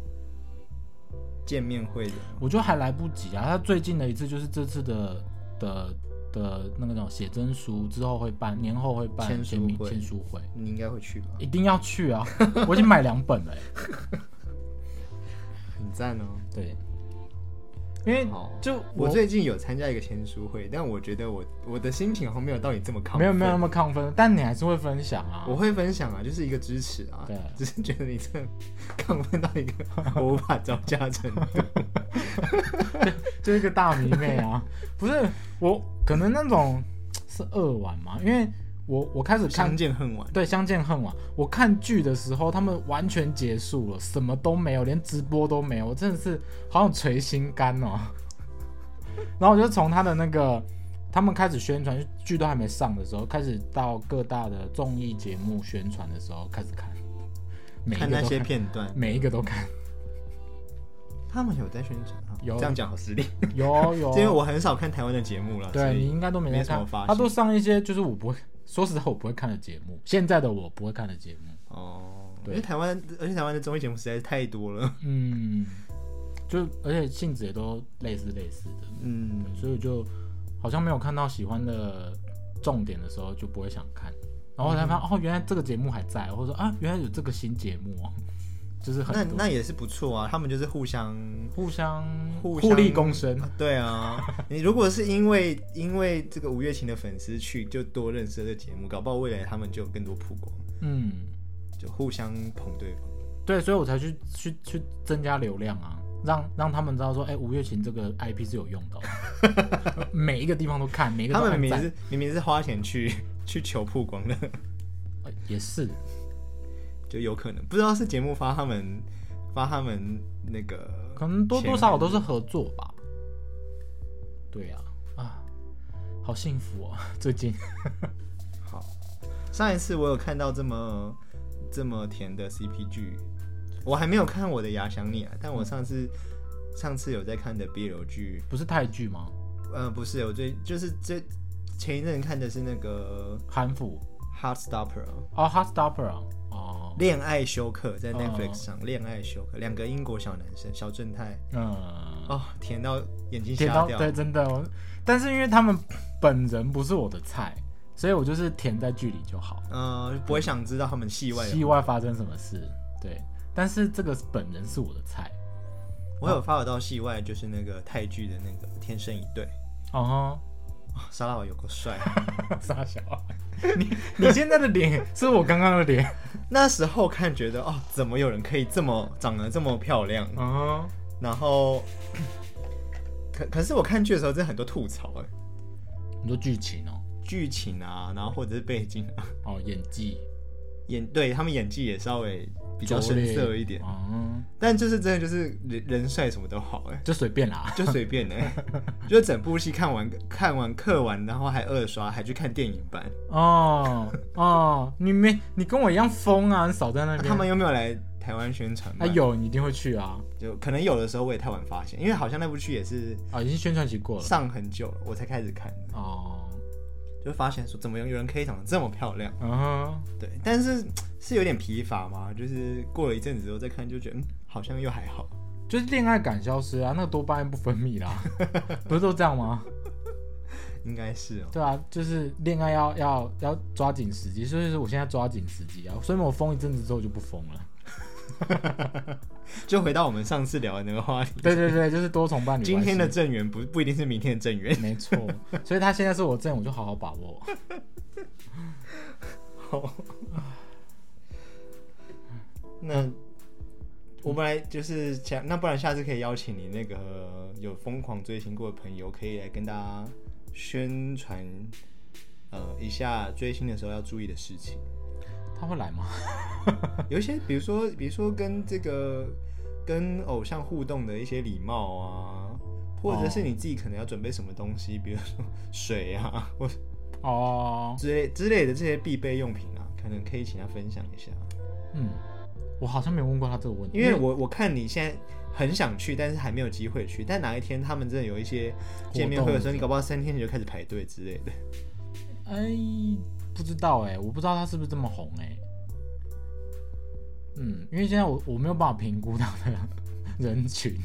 B: 见面会的吗？
A: 我觉得还来不及啊，他最近的一次就是这次的的的那个叫写真书之后会办，年后会办
B: 签书
A: 签名
B: 会
A: 签书会，
B: 你应该会去吧？
A: 一定要去啊！ 我已经买两本了欸、
B: 很赞哦。
A: 对，因为
B: 好
A: 就我
B: 我最近有参加一个签书会，但我觉得我我的心情好像没有到你这么亢奋。
A: 没有没有那，么亢奋，但你还是会分享啊。
B: 我会分享啊，就是一个支持啊。
A: 对
B: 只是觉得你这亢奋到一个我无法招 架程度。
A: 就是一个大迷妹啊，不是我，可能那种是二晚嘛，因为我我开始看
B: 相见恨晚。
A: 对，相见恨晚。我看剧的时候，他们完全结束了，什么都没有，连直播都没有，我真的是好想捶心肝哦。 然后我就从他的那个，他们开始宣传剧都还没上的时候，开始到各大的综艺节目宣传的时候开始看，每一
B: 看
A: 个
B: 那
A: 都
B: 些
A: 看，
B: 片段，
A: 每一个都 看，
B: 他们有在宣传哈，
A: 有
B: 这样讲好失礼，
A: 有有。
B: 因为我很少看台湾的节目了，所
A: 对你
B: 以
A: 应该都没
B: 没
A: 在
B: 什么
A: 看
B: 发，
A: 他都
B: 现
A: 上一些就是我不会，说实在我不会看的节目，现在的我不会看的节目。
B: 哦，因
A: 对
B: 为台湾，而且台湾的综艺节目实在是太多了，
A: 嗯，就而且性质也都类似类似的，
B: 嗯，
A: 对所以就好像没有看到喜欢的重点的时候，就不会想看。然后我才
B: 嗯
A: 发现、哦，原来这个节目还在，或者说啊，原来有这个新节目哦，就是
B: 那
A: 很多
B: 那也是不错啊，他们就是互相。
A: 互相
B: 互相
A: 互利共生。
B: 啊对啊，你如果是因为因为这个五月琴的粉丝去，就多认识了这节目，搞不好未来他们就有更多曝光，
A: 嗯，
B: 就互相捧对方。
A: 对，所以我才去去去增加流量啊，让让他们知道说，哎，五月琴这个 IP 是有用的哦、 每一个地方都看，每一个
B: 他
A: 都
B: 们
A: 按
B: 明明
A: 赞，
B: 是明明是花钱去 去求曝光的，
A: 呃也是。
B: 就有可能不知道是节目发他们发他们那个，
A: 可能多多少少都是合作吧。对呀、啊，啊，好幸福哦！ 最近，
B: 好。上一次我有看到这么这么甜的 CP 剧，我还没有看我的《牙想你》啊，但我上次上次有在看的 BL 剧，
A: 不是泰剧吗？
B: 呃，不是，我最就是这前一阵看的是那个
A: 韩服
B: 《Heart Stopper》
A: 哦，Heartstopper 啊，哦，
B: 恋爱休克，在
A: 哦
B: Netflix 上，恋爱休克，两个英国小男生小正太，
A: 嗯，
B: 哦，甜到眼睛
A: 舔
B: 瞎
A: 到
B: 掉，
A: 对，真的我，但是因为他们本人不是我的菜，所以我就是舔在剧里就好，
B: 呃，不会想知道他们戏外啊的。
A: 戏外发生什么事，对。但是这个本人是我的菜，
B: 我有发有到戏外，就是那个泰剧的那个《天生一对》
A: 哦、
B: 哦，沙拉瓦有够帅啊。
A: 哈， 傻小 孩，你你现在的脸是我刚刚的脸，
B: 那时候看觉得哦，怎么有人可以这么长得这么漂亮？
A: 哦、
B: 然后，可可是我看剧的时候，真的很多吐槽哎，
A: 你说剧情哦，
B: 剧情啊，然后或者是背景啊，
A: 哦，演技
B: 演对他们演技也稍微比较
A: 拙
B: 生
A: 劣
B: 涩一点，
A: 嗯，
B: 但就是真的就是人人帅什么都好哎。
A: 就随便啦。
B: 就随便 哎、就整部戏看完看完课完，然后还二刷，还去看电影版。
A: 哦哦，你没你跟我一样疯啊！你少在那边。
B: 他们有没有来台湾宣传吗？
A: 啊，有你一定会去啊！
B: 就可能有的时候我也太晚发现，因为好像那部剧也是
A: 啊，已经宣传期过了。
B: 上很久了，我才开始看的，
A: 哦，
B: 就发现说怎么有人可以长得这么漂亮？
A: 嗯哼，
B: 对，但是是有点疲乏嘛，就是过了一阵子之后再看，就觉得嗯，好像又还好。
A: 就是恋爱感消失啊，那个多巴胺不分泌 啦，不是都这样吗？
B: 应该是哦，
A: 对啊，就是恋爱要要要抓紧时机，所以说我现在抓紧时机啊，所以我疯一阵子之后就不疯了。
B: 就回到我们上次聊的那个话题，
A: 对对对，就是多重伴侣关系。
B: 今天的正缘不不一定是明天的正缘。
A: 没错，所以他现在是我正，我就好好把握。
B: 好， 那我本来就是想，那不然下次可以邀请你那个有疯狂追星过的朋友，可以来跟大家宣传，呃，一下追星的时候要注意的事情。
A: 他会来吗？
B: 有一些，比如说，比如说跟这个跟偶像互动的一些礼貌啊，或
A: 哦
B: 者是你自己可能要准备什么东西，比如说水啊， 或
A: 哦，
B: 之类之类的这些必备用品啊，可能可以请他分享一下。
A: 嗯，我好像没有问过他这个问题，
B: 因为我我看你现在很想去，但是还没有机会去。但哪一天他们真的有一些见面会的时候，你搞不好三天你就开始排队之类的。
A: 哎，不知道哎、我不知道他是不是这么红哎、嗯，因为现在我我没有办法评估他的人群，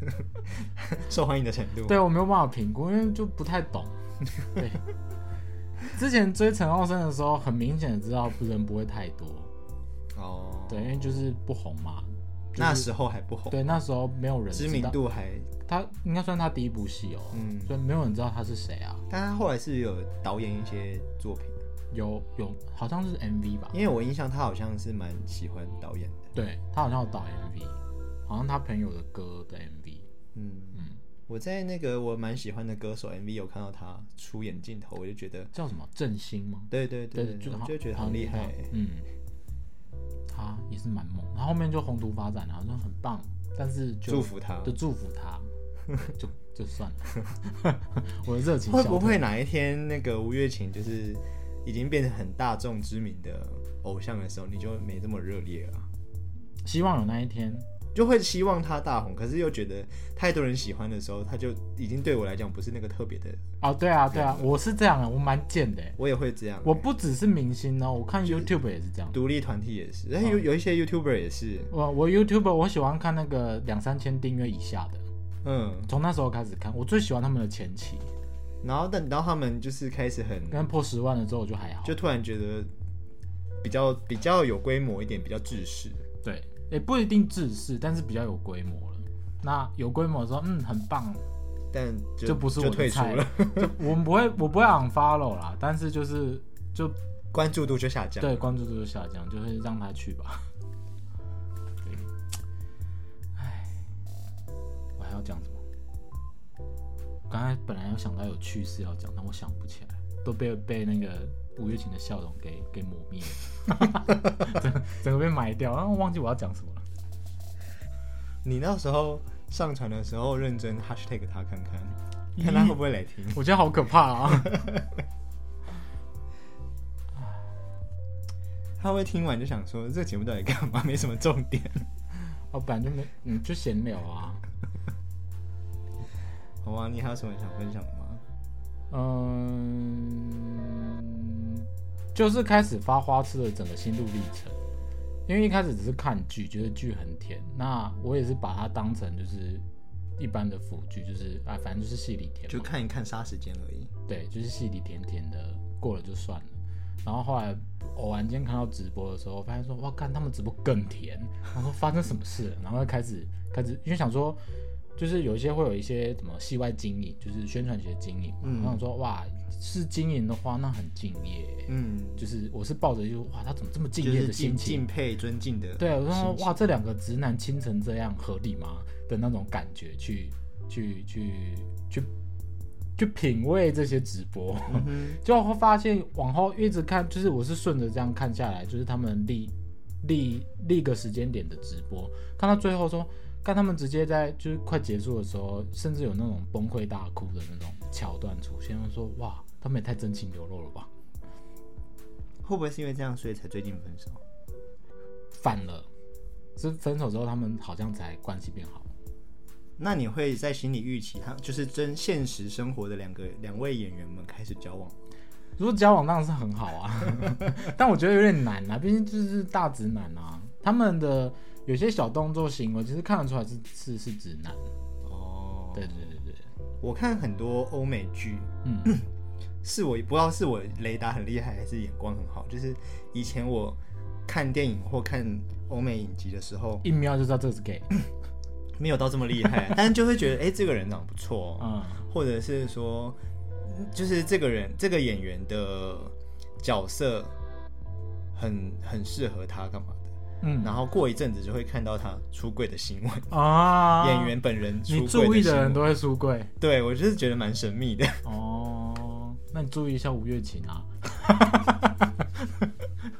B: 受欢迎的程度，
A: 对我没有办法评估，因为就不太 懂。对，之前追陈浩生的时候，很明显的知道人不会太多，
B: 哦，
A: 对，因为就是不红嘛。就是
B: 那时候还不红，
A: 对那时候没有人
B: 知
A: 知
B: 名
A: 道，
B: 度还，
A: 他应该算他第一部戏哦，
B: 嗯
A: 所以没有人知道他是谁啊。
B: 但他后来是有导演一些作品，
A: 有有，好像是 MV 吧？
B: 因为我印象他好像是蛮喜欢导演的，
A: 对他好像有导 MV，好像他朋友的歌的 MV。
B: 嗯，
A: 嗯，
B: 我在那个我蛮喜欢的歌手 MV 有看到他出演镜头，我就觉得，
A: 叫什么振兴吗？
B: 对对
A: 对，
B: 对，
A: 好
B: 我就觉得很厉害。
A: 嗯，他也是蛮猛，他后面就宏图发展了，好像很棒，但是就
B: 祝福他
A: 就祝福 他，就就算了， 我的热情
B: 会
A: 消
B: 不
A: 退
B: 会哪一天那个吴月琴就是已经变成很大众知名的偶像的时候，你就没这么热烈了啊、
A: 希望有那一天，
B: 就会希望他大红，可是又觉得太多人喜欢的时候，他就已经对我来讲不是那个特别的，
A: 哦，对啊，对啊，我是这样的，我蛮贱的欸，
B: 我也会这样、
A: 我不只是明星哦，我看
B: 就是
A: YouTube 也是这样。
B: 独立团体也是，哎、
A: 哦
B: 有有一些 YouTuber 也是，
A: 我我 YouTube 我喜欢看那个两三千订阅以下的，
B: 嗯，
A: 从那时候开始看，我最喜欢他们的前期，
B: 然后等到他们就是开始很，
A: 跟破十万了之后我就还好。
B: 就突然觉得比较比较有规模一点，比较制式，
A: 对，也不一定自私，但是比较有规模了。那有规模的时候，嗯，很棒，
B: 但就
A: 就不是我
B: 就
A: 的
B: 退出
A: 菜
B: 了，
A: 就我们不会，我不会 unfollow 啦，但是就是就
B: 关注度就下降。
A: 对，关注度就下降，就是让他去吧。 对，唉，我还要讲什么？刚才本来有想到有趣事要讲，但我想不起来，都被被那个五月琴的笑容给给抹灭了， 整整个被埋掉，然后忘记我要讲什么了。
B: 你那时候上传的时候认真 hashtag 他看看，看他会不会来听。
A: 我觉得好可怕 啊！
B: 他会听完就想说这个节目到底干嘛？没什么重点。
A: 我本来就没，嗯，就闲聊啊。
B: 好啊，你还有什么想分享的吗？
A: 嗯，就是开始发花痴的整个心路历程。因为一开始只是看剧，觉得剧很甜，那我也是把它当成就是一般的腐剧，就是啊，反正就是戏里甜嘛，
B: 就看一看杀时间而已。
A: 对，就是戏里甜甜的，过了就算了。然后后来偶然间看到直播的时候，发现说哇，看他们直播更甜。然后发生什么事了？然后开始开始，因为想说，就是有一些会有一些什么戏外经营，就是宣传学经营嘛。
B: 嗯
A: 然后想说哇，是经营的话，那很敬业。欸
B: 嗯，
A: 就是我是抱着就是哇，他怎么这么敬
B: 就
A: 业
B: 是
A: 的心
B: 敬
A: 情？
B: 敬佩、尊敬的。
A: 对，啊我说哇，这两个直男亲成这样合理吗？的那种感觉去去去去去品味这些直播。
B: 嗯哼，
A: 就会发现往后一直看，就是我是顺着这样看下来，就是他们立立立个时间点的直播，看到最后说，看他们直接在就是快结束的时候，甚至有那种崩溃大哭的那种桥段出现，我说哇，他们也太真情流露了吧，
B: 会不会是因为这样，所以才最近分手？
A: 反了，是分手之后他们好像才关系变好。
B: 那你会在心里预期他就是真现实生活的两个两位演员们开始交往？
A: 如果交往当然是很好啊， 但我觉得有点难啊，毕竟就是大直男啊，他们的有些小动作行为，其实看得出来是是是直男。
B: 哦，
A: 对对对对，
B: 我看很多欧美剧，
A: 嗯。
B: 是我不知道是我雷达很厉害，还是眼光很好。就是以前我看电影或看欧美影集的时候，
A: 一瞄就知道这是 gay。
B: 没有到这么厉害，但就会觉得哎、诶这个人长得不错、
A: 嗯，
B: 哦，或者是说，嗯就是这个人这个演员的角色很很适合他干嘛的。
A: 嗯
B: 然后过一阵子就会看到他出柜的新闻，
A: 啊，
B: 演员本人出
A: 你
B: 柜
A: 注意
B: 新
A: 的人
B: 闻。
A: 都会出柜
B: 对我就是觉得蛮神秘的。
A: 哦。那你注意一下吴月琴啊，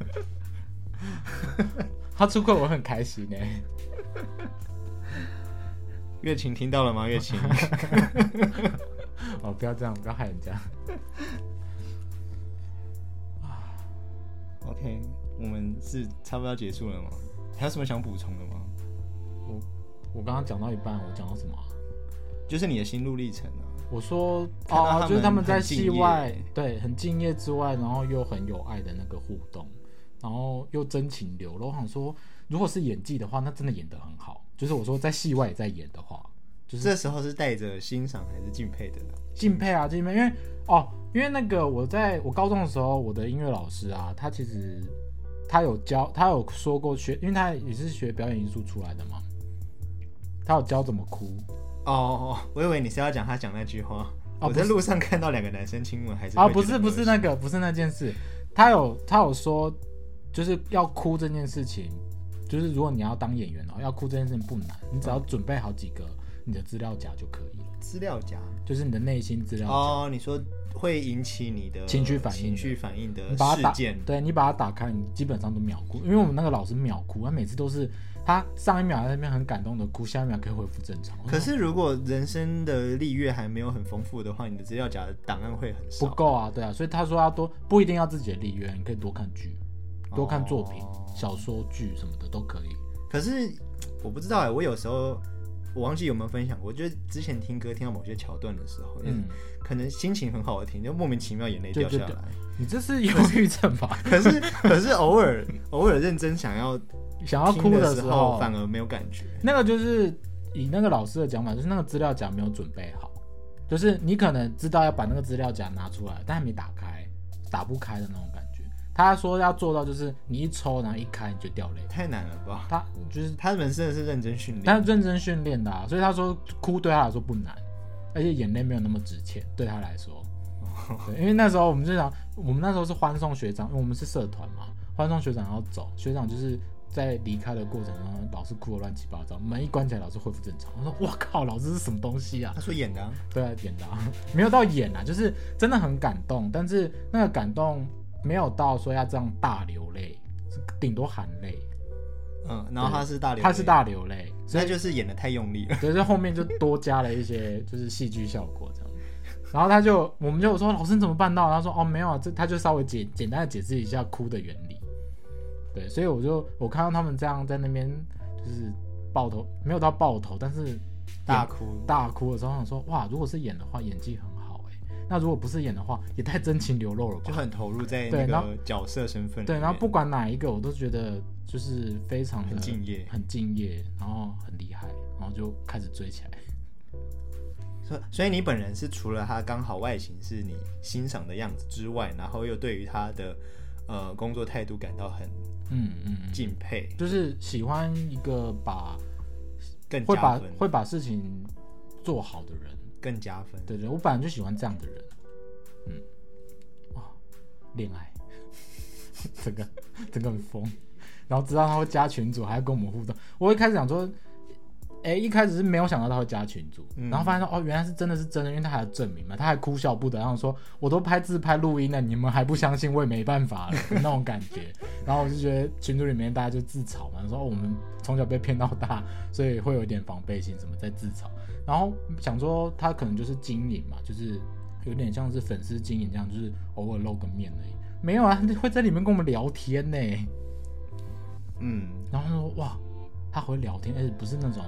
A: 他出柜我很开心欸呢、
B: 月琴听到了吗？月 琴，
A: 哦，不要这样，不要害人家。
B: OK，我们是差不多要结束了吗？还有什么想补充的吗？
A: 我我刚刚讲到一半，我讲到什么啊、
B: 就是你的心路历程啊。
A: 我说
B: 看到他
A: 哦，
B: 们
A: 就是他们在
B: 很敬
A: 戏
B: 业
A: 外，对，很敬业之外，然后又很有爱的那个互动，然后又真情流露。我想说，如果是演技的话，那真的演得很好。就是我说在戏外也在演的话，就是
B: 这时候是带着欣赏还是敬佩的？
A: 敬佩啊，敬佩，因为哦，因为那个我在我高中的时候，我的音乐老师啊，他其实他有教，他有说过学，因为他也是学表演艺术出来的嘛，他有教怎么哭，
B: 哦哦，我以为你是要讲他讲那句话。
A: 哦
B: 我在路上看到两个男生亲吻，还是
A: 啊，
B: 会
A: 不
B: 觉
A: 是
B: 得
A: 不
B: 恶
A: 是
B: 心
A: 那个不是那件事，他有他有说，就是要哭
B: 嗯
A: 这件事情，就是如果你要当演员哦，要哭这件事情不难，你只要准备好几个你的资料夹就可以了，
B: 呃资料夹
A: 就是你的内心资料夹。
B: 哦，你说会引起你的
A: 情绪反应的
B: 情绪反应的
A: 你把它
B: 事
A: 打，
B: 件，
A: 对你把它打开，你基本上都秒哭，因为我们那个老师秒哭，他每次都是他上一秒在那边很感动的哭，下一秒可以恢复正常。
B: 可是如果人生的历月还没有很丰富的话，你的资料夹的档案会很
A: 不
B: 少。
A: 够啊，对啊，所以他说要多，不一定要自己的立约，你可以多看剧，多看作品、
B: 哦
A: 小说、剧什么的都可以。
B: 可是我不知道哎、我有时候我忘记有没有分享过，就是之前听歌听到某些桥段的时候，嗯
A: 嗯，
B: 可能心情很好的听，就莫名其妙眼泪
A: 对
B: 掉下
A: 对
B: 来。
A: 你这是忧郁症吧？
B: 可是可是偶尔偶尔认真想要
A: 想要哭
B: 听
A: 的时
B: 时
A: 候，
B: 反而没有感觉。
A: 那个就是以那个老师的讲法，就是那个资料夹没有准备好，就是你可能知道要把那个资料夹拿出来，但还没打开，打不开的那种感觉。他说要做到就是你一抽，然后一开你就掉泪。
B: 太难了吧？
A: 他就是
B: 他们真的是认真训
A: 他
B: 练，
A: 认真训练的、啊，所以他说哭对他来说不难，而且眼泪没有那么值钱，对他来说。
B: 哦
A: 对，因为那时候我们就想，我们那时候是欢送学长，因为我们是社团嘛，欢送学长要走，学长就是在离开的过程中，老师哭的乱七八糟，门一关起来，老师恢复正常。我说我靠，老师是什么东西啊
B: 他？说演的、啊，
A: 对啊，演的、啊，没有到演啊，就是真的很感动，但是那个感动没有到说要这样大流泪，是顶多含泪，
B: 嗯，然后他是大流，
A: 他是，大流泪，所
B: 他
A: 以
B: 就是演的太用力了。
A: 所以这后面就多加了一些就是戏剧效果这样。然后他就，我们就说老师你怎么办到？他说哦没有啊，这他就稍微简简单的解释一下哭的原理。对，所以我就我看到他们这样在那边就是抱头，没有到抱头，但是
B: 大哭，
A: 大哭的时候，我想说哇，如果是演的话，演技很好哎、那如果不是演的话，也太真情流露了
B: 就
A: 吧？
B: 很投入在
A: 对
B: 那
A: 然
B: 个角色身份里面。
A: 对，然后不管哪一个，我都觉得就是非常的
B: 很敬业
A: 很敬业，然后很厉害，然后就开始追起来。
B: 所所以你本人是除了他刚好外形是你欣赏的样子之外，然后又对于他的呃工作态度感到很
A: 嗯嗯嗯。
B: 敬佩，
A: 就是喜欢一个把
B: 更
A: 会把
B: 加分，
A: 会把事情做好的人，
B: 更加分。
A: 对对，我本来就喜欢这样的人，嗯，哇，恋爱， 整个整个很疯，然后知道他会加群主，还要跟我们互动，我一开始想说。哎，一开始是没有想到他会加群主，
B: 嗯
A: 然后发现说哦，原来是真的是真的，因为他还有证明嘛，他还哭笑不得，然后说我都拍自拍录音了，你们还不相信，我也没办法了那种感觉。然后我就觉得群组里面大家就自嘲嘛，说、哦、我们从小被骗到大，所以会有一点防备心，什么在自嘲。然后想说他可能就是经营嘛，就是有点像是粉丝经营这样，就是偶尔露个面而已。没有啊，他会在里面跟我们聊天呢。
B: 嗯，
A: 然后他说哇，他会聊天，而哎且不是那种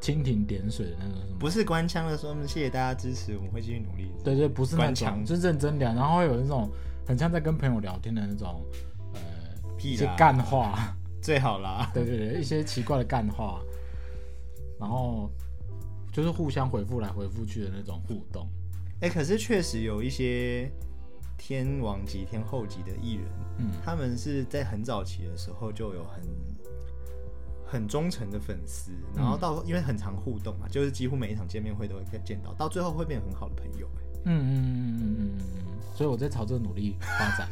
A: 蜻蜓点水的那种什么。
B: 不是官腔的说，嗯谢谢大家支持，我们会继续努力。
A: 对对，不是那
B: 官
A: 种，
B: 腔
A: 就是认真聊，然后会有那种很像在跟朋友聊天的那种，呃，一
B: 屁
A: 些
B: 啦，
A: 干话。
B: 最好啦。
A: 对对对，一些奇怪的干话，然后就是互相回复来回复去的那种互动。
B: 哎、可是确实有一些天王级、天后级的艺人，
A: 嗯
B: 他们是在很早期的时候就有很很忠诚的粉丝，然后到、因为很常互动嘛，就是几乎每一场见面会都会见到，到最后会变很好的朋友。欸
A: 嗯嗯嗯嗯嗯嗯嗯，所以我在朝这个努力发展。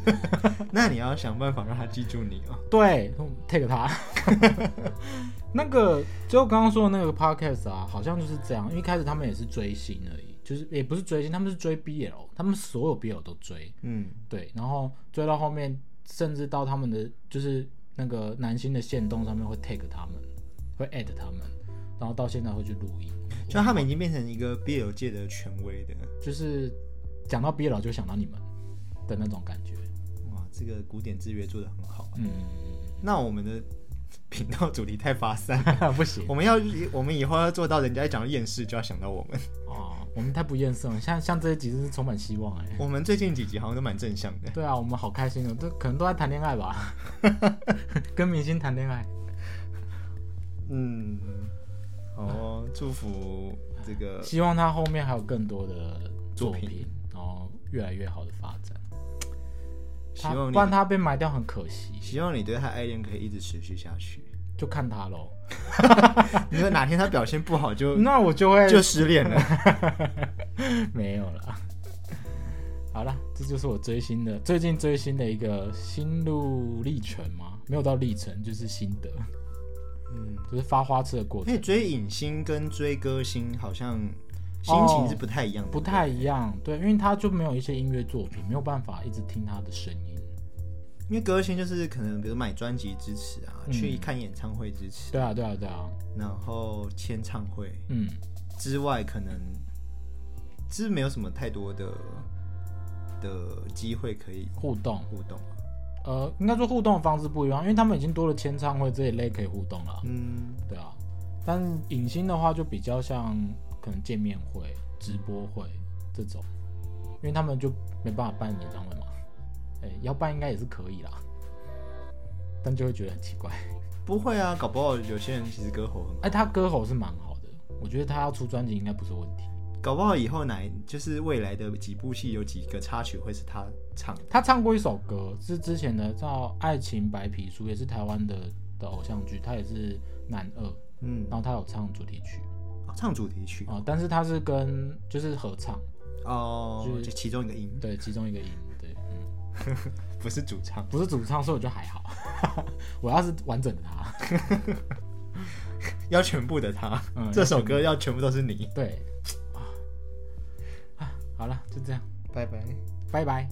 B: 那你要想办法让他记住你哦。
A: 对嗯，take 他。 那个就刚刚说的那个 podcast 啊，好像就是这样。因为一开始他们也是追星而已，就是也不是追星，他们是追 BL，他们所有 BL 都追。
B: 嗯，
A: 对，然后追到后面，甚至到他们的就是那个男星的线动上面会 tag 他们，会 at 他们，然后到现在会去录音，
B: 就他们已经变成一个 BL 界的权威的，
A: 就是讲到毕业了就想到你们的那种感觉。
B: 哇，这个古典制约做的很好啊、
A: 嗯，
B: 那我们的频道主题太发散了。
A: 不 行
B: 我们要，我们以后要做到，人家一讲到厌世就要想到我们。
A: 哦，我们太不厌世了，像像这一集真是充满希望哎、
B: 我们最近几集好像都蛮正向的。
A: 对啊，我们好开心哦，都可能都在谈恋爱吧， 跟明星谈恋爱。
B: 嗯，好哦，祝福这个
A: 希望他后面还有更多的作
B: 呃作
A: 品
B: 品，
A: 然后越来越好的发展。
B: 希
A: 他
B: 望
A: 不然
B: 你，
A: 他被埋掉很可惜。
B: 希望你对他爱恋可以一直持续下 去。
A: 就看他喽。
B: 你说哪天他表现不好就
A: 那我就会
B: 呃 就失 恋了。
A: 没有了。 好了，这就是我追星的最近追星的一个心路历程吗？没有到历程，就是心得。
B: 嗯，
A: 就是发花痴的过
B: 因为
A: 程，
B: 追影星跟追歌星好像心情是不太一样的，
A: 不太一样。对，因为他就没有一些音乐作品，没有办法一直听他的声音。
B: 因为歌星就是可能比如买专辑支持啊，
A: 嗯
B: 去看演唱会支持，
A: 对啊，对啊，对啊，
B: 然后签唱会
A: 嗯，
B: 之外，可能是没有什么太多的的机会可以
A: 互动，
B: 互动啊、
A: 呃，应该说互动的方式不一样，因为他们已经多了签唱会这一类可以互动了。
B: 嗯，
A: 对啊，但影星的话就比较像可能见面会、直播会这种，因为他们就没办法办演唱会嘛。哎、要办应该也是可以啦，但就会觉得很奇怪。
B: 不会啊，搞不好有些人其实歌喉很好，
A: 哎、他歌喉是蛮好的，我觉得他要出专辑应该不是问题。
B: 搞不好以后哪就是未来的几部戏有几个插曲会是他唱的，
A: 他唱过一首歌，是之前的叫《爱情白皮书》，也是台湾的的偶像剧，他也是男二，
B: 嗯，
A: 然后他有唱主题曲
B: 哦唱主题曲
A: 啊、但是他是跟就是合唱，
B: 哦
A: 就，是
B: 就其中一个音，
A: 对，其中一个音，对，嗯。
B: 不是主唱。
A: 不是主唱，所以我就还好。 我要是完整的他，
B: 要全部的他，
A: 嗯
B: 这首歌要全部都是你。
A: 对，啊，啊好了，就这样，
B: 拜拜。
A: 拜拜。